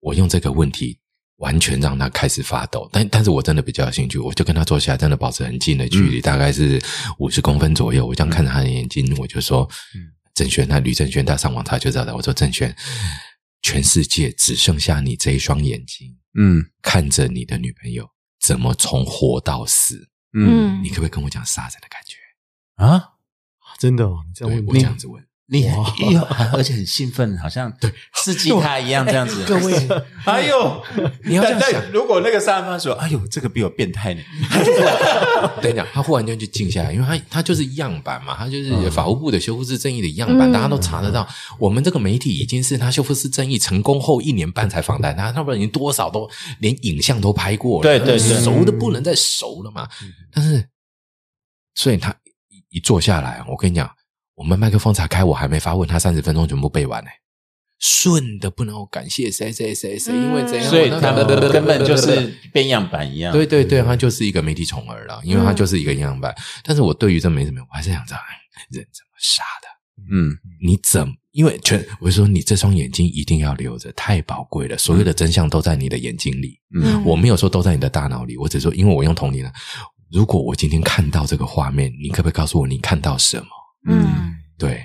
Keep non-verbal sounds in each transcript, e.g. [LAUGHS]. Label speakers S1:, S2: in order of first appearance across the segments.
S1: 我用这个问题完全让他开始发抖。但但是我真的比较有兴趣，我就跟他坐下来，真的保持很近的距离，大概是五十公分左右。我这样看着他的眼睛，我就说：“郑轩，那吕郑轩，他上网查就知道了。”我说：“郑轩，全世界只剩下你这一双眼睛，
S2: 嗯
S1: 看着你的女朋友怎么从活到死。
S2: 嗯
S1: 你可不可以跟我讲杀人的感觉？”
S2: 啊，
S3: 真的哦，你这样
S1: 对
S3: 问
S1: 我这样子问。
S2: 你
S3: 哇
S2: 很有而且很兴奋，好像对刺激他一样这样
S1: [LAUGHS]
S2: 子。
S1: 各位，
S2: 哎呦，
S1: 你要这样
S2: 但
S1: 想
S2: 但如果那个杀人犯说：“哎呦，这个比我变态呢。
S1: [LAUGHS] 等一下，他忽然间就静下来，因为他他就是样板嘛，他
S2: 嗯
S1: 就是法务部的修复式正义的样板，
S4: 嗯
S1: 大家都查得到。我们这个媒体已经是他修复式正义成功后一年半才访谈他，他不然已经多少都连影像都拍过了，
S2: 对对对嗯
S1: 熟的不能再熟了嘛。但是，所以他一一坐下来，我跟你讲，我们麦克风才开，我还没发问，他三十分钟全部背完呢、顺的不能，我感谢谁谁谁谁，因为这”样，
S2: 所以
S1: 我
S2: 他
S1: 那个
S2: 根本就是变样板一样。
S1: 对，对对，他就是一个媒体宠儿了，因为他
S4: 嗯
S1: 就是一个样板。但是我对于这没什么，我还是想知道哎人怎么杀的？
S2: 嗯
S1: 你怎么？因为全我就说你这双眼睛一定要留着，太宝贵了，所有的真相都在你的眼睛里。
S2: 嗯
S1: 我没有说都在你的大脑里，我只说因为我用同理呢。如果我今天看到这个画面，你可不可以告诉我你看到什么？
S4: 嗯
S1: 对，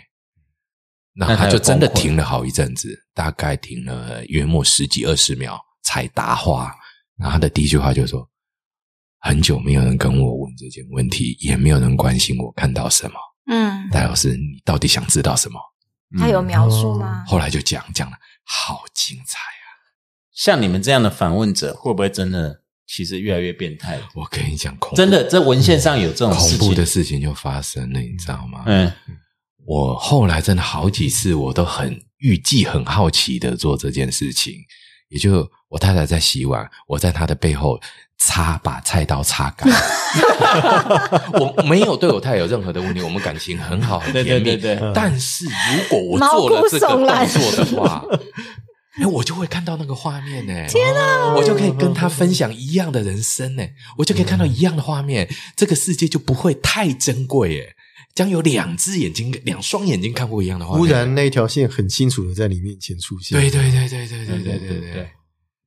S1: 那
S2: 那他
S1: 他就
S2: 有
S1: 真的
S2: 崩溃
S1: 停了好一阵子，大概停了约莫十几二十秒才答话。然后他的第一句话就说：“很久没有人跟我问这件问题，也没有人关心我看到什么。
S4: 嗯，
S1: 戴老师，你到底想知道什么
S2: 嗯
S4: 他有描述吗？？”
S1: 后来就讲讲了，好精彩啊！
S2: 像你们这样的访问者，会不会真的其实越来越变态？
S1: 我跟你讲，恐怖
S2: 真的，这文献上有这种
S1: 恐
S2: 事
S1: 怖
S2: 情
S1: 的。事情就发生了，你知道吗？
S2: 嗯
S1: 我后来真的好几次，我都很预计、很好奇的做这件事情。也就我太太在洗碗，我在她的背后擦，把菜刀擦
S2: [LAUGHS]
S1: 干。我没有对我太太有任何的问题，我们感情很好，很
S2: 对
S1: 甜
S2: 对
S1: 蜜。
S2: 对对对
S1: 但是如果我做了这个动
S4: 毛骨
S1: 作
S4: 悚
S1: 的
S4: 然
S1: 话，哎，我就会看到那个画面呢、天啊！我就可以跟他分享一样的人生呢、我就可以看到一样的画面，这个世界就不会太珍贵耶、将有两只眼睛、两双眼睛看过一样的画面。
S3: 忽然那一条线很清楚的在你面前出现，
S1: 对，对对对对对对对对
S2: 对
S1: 对，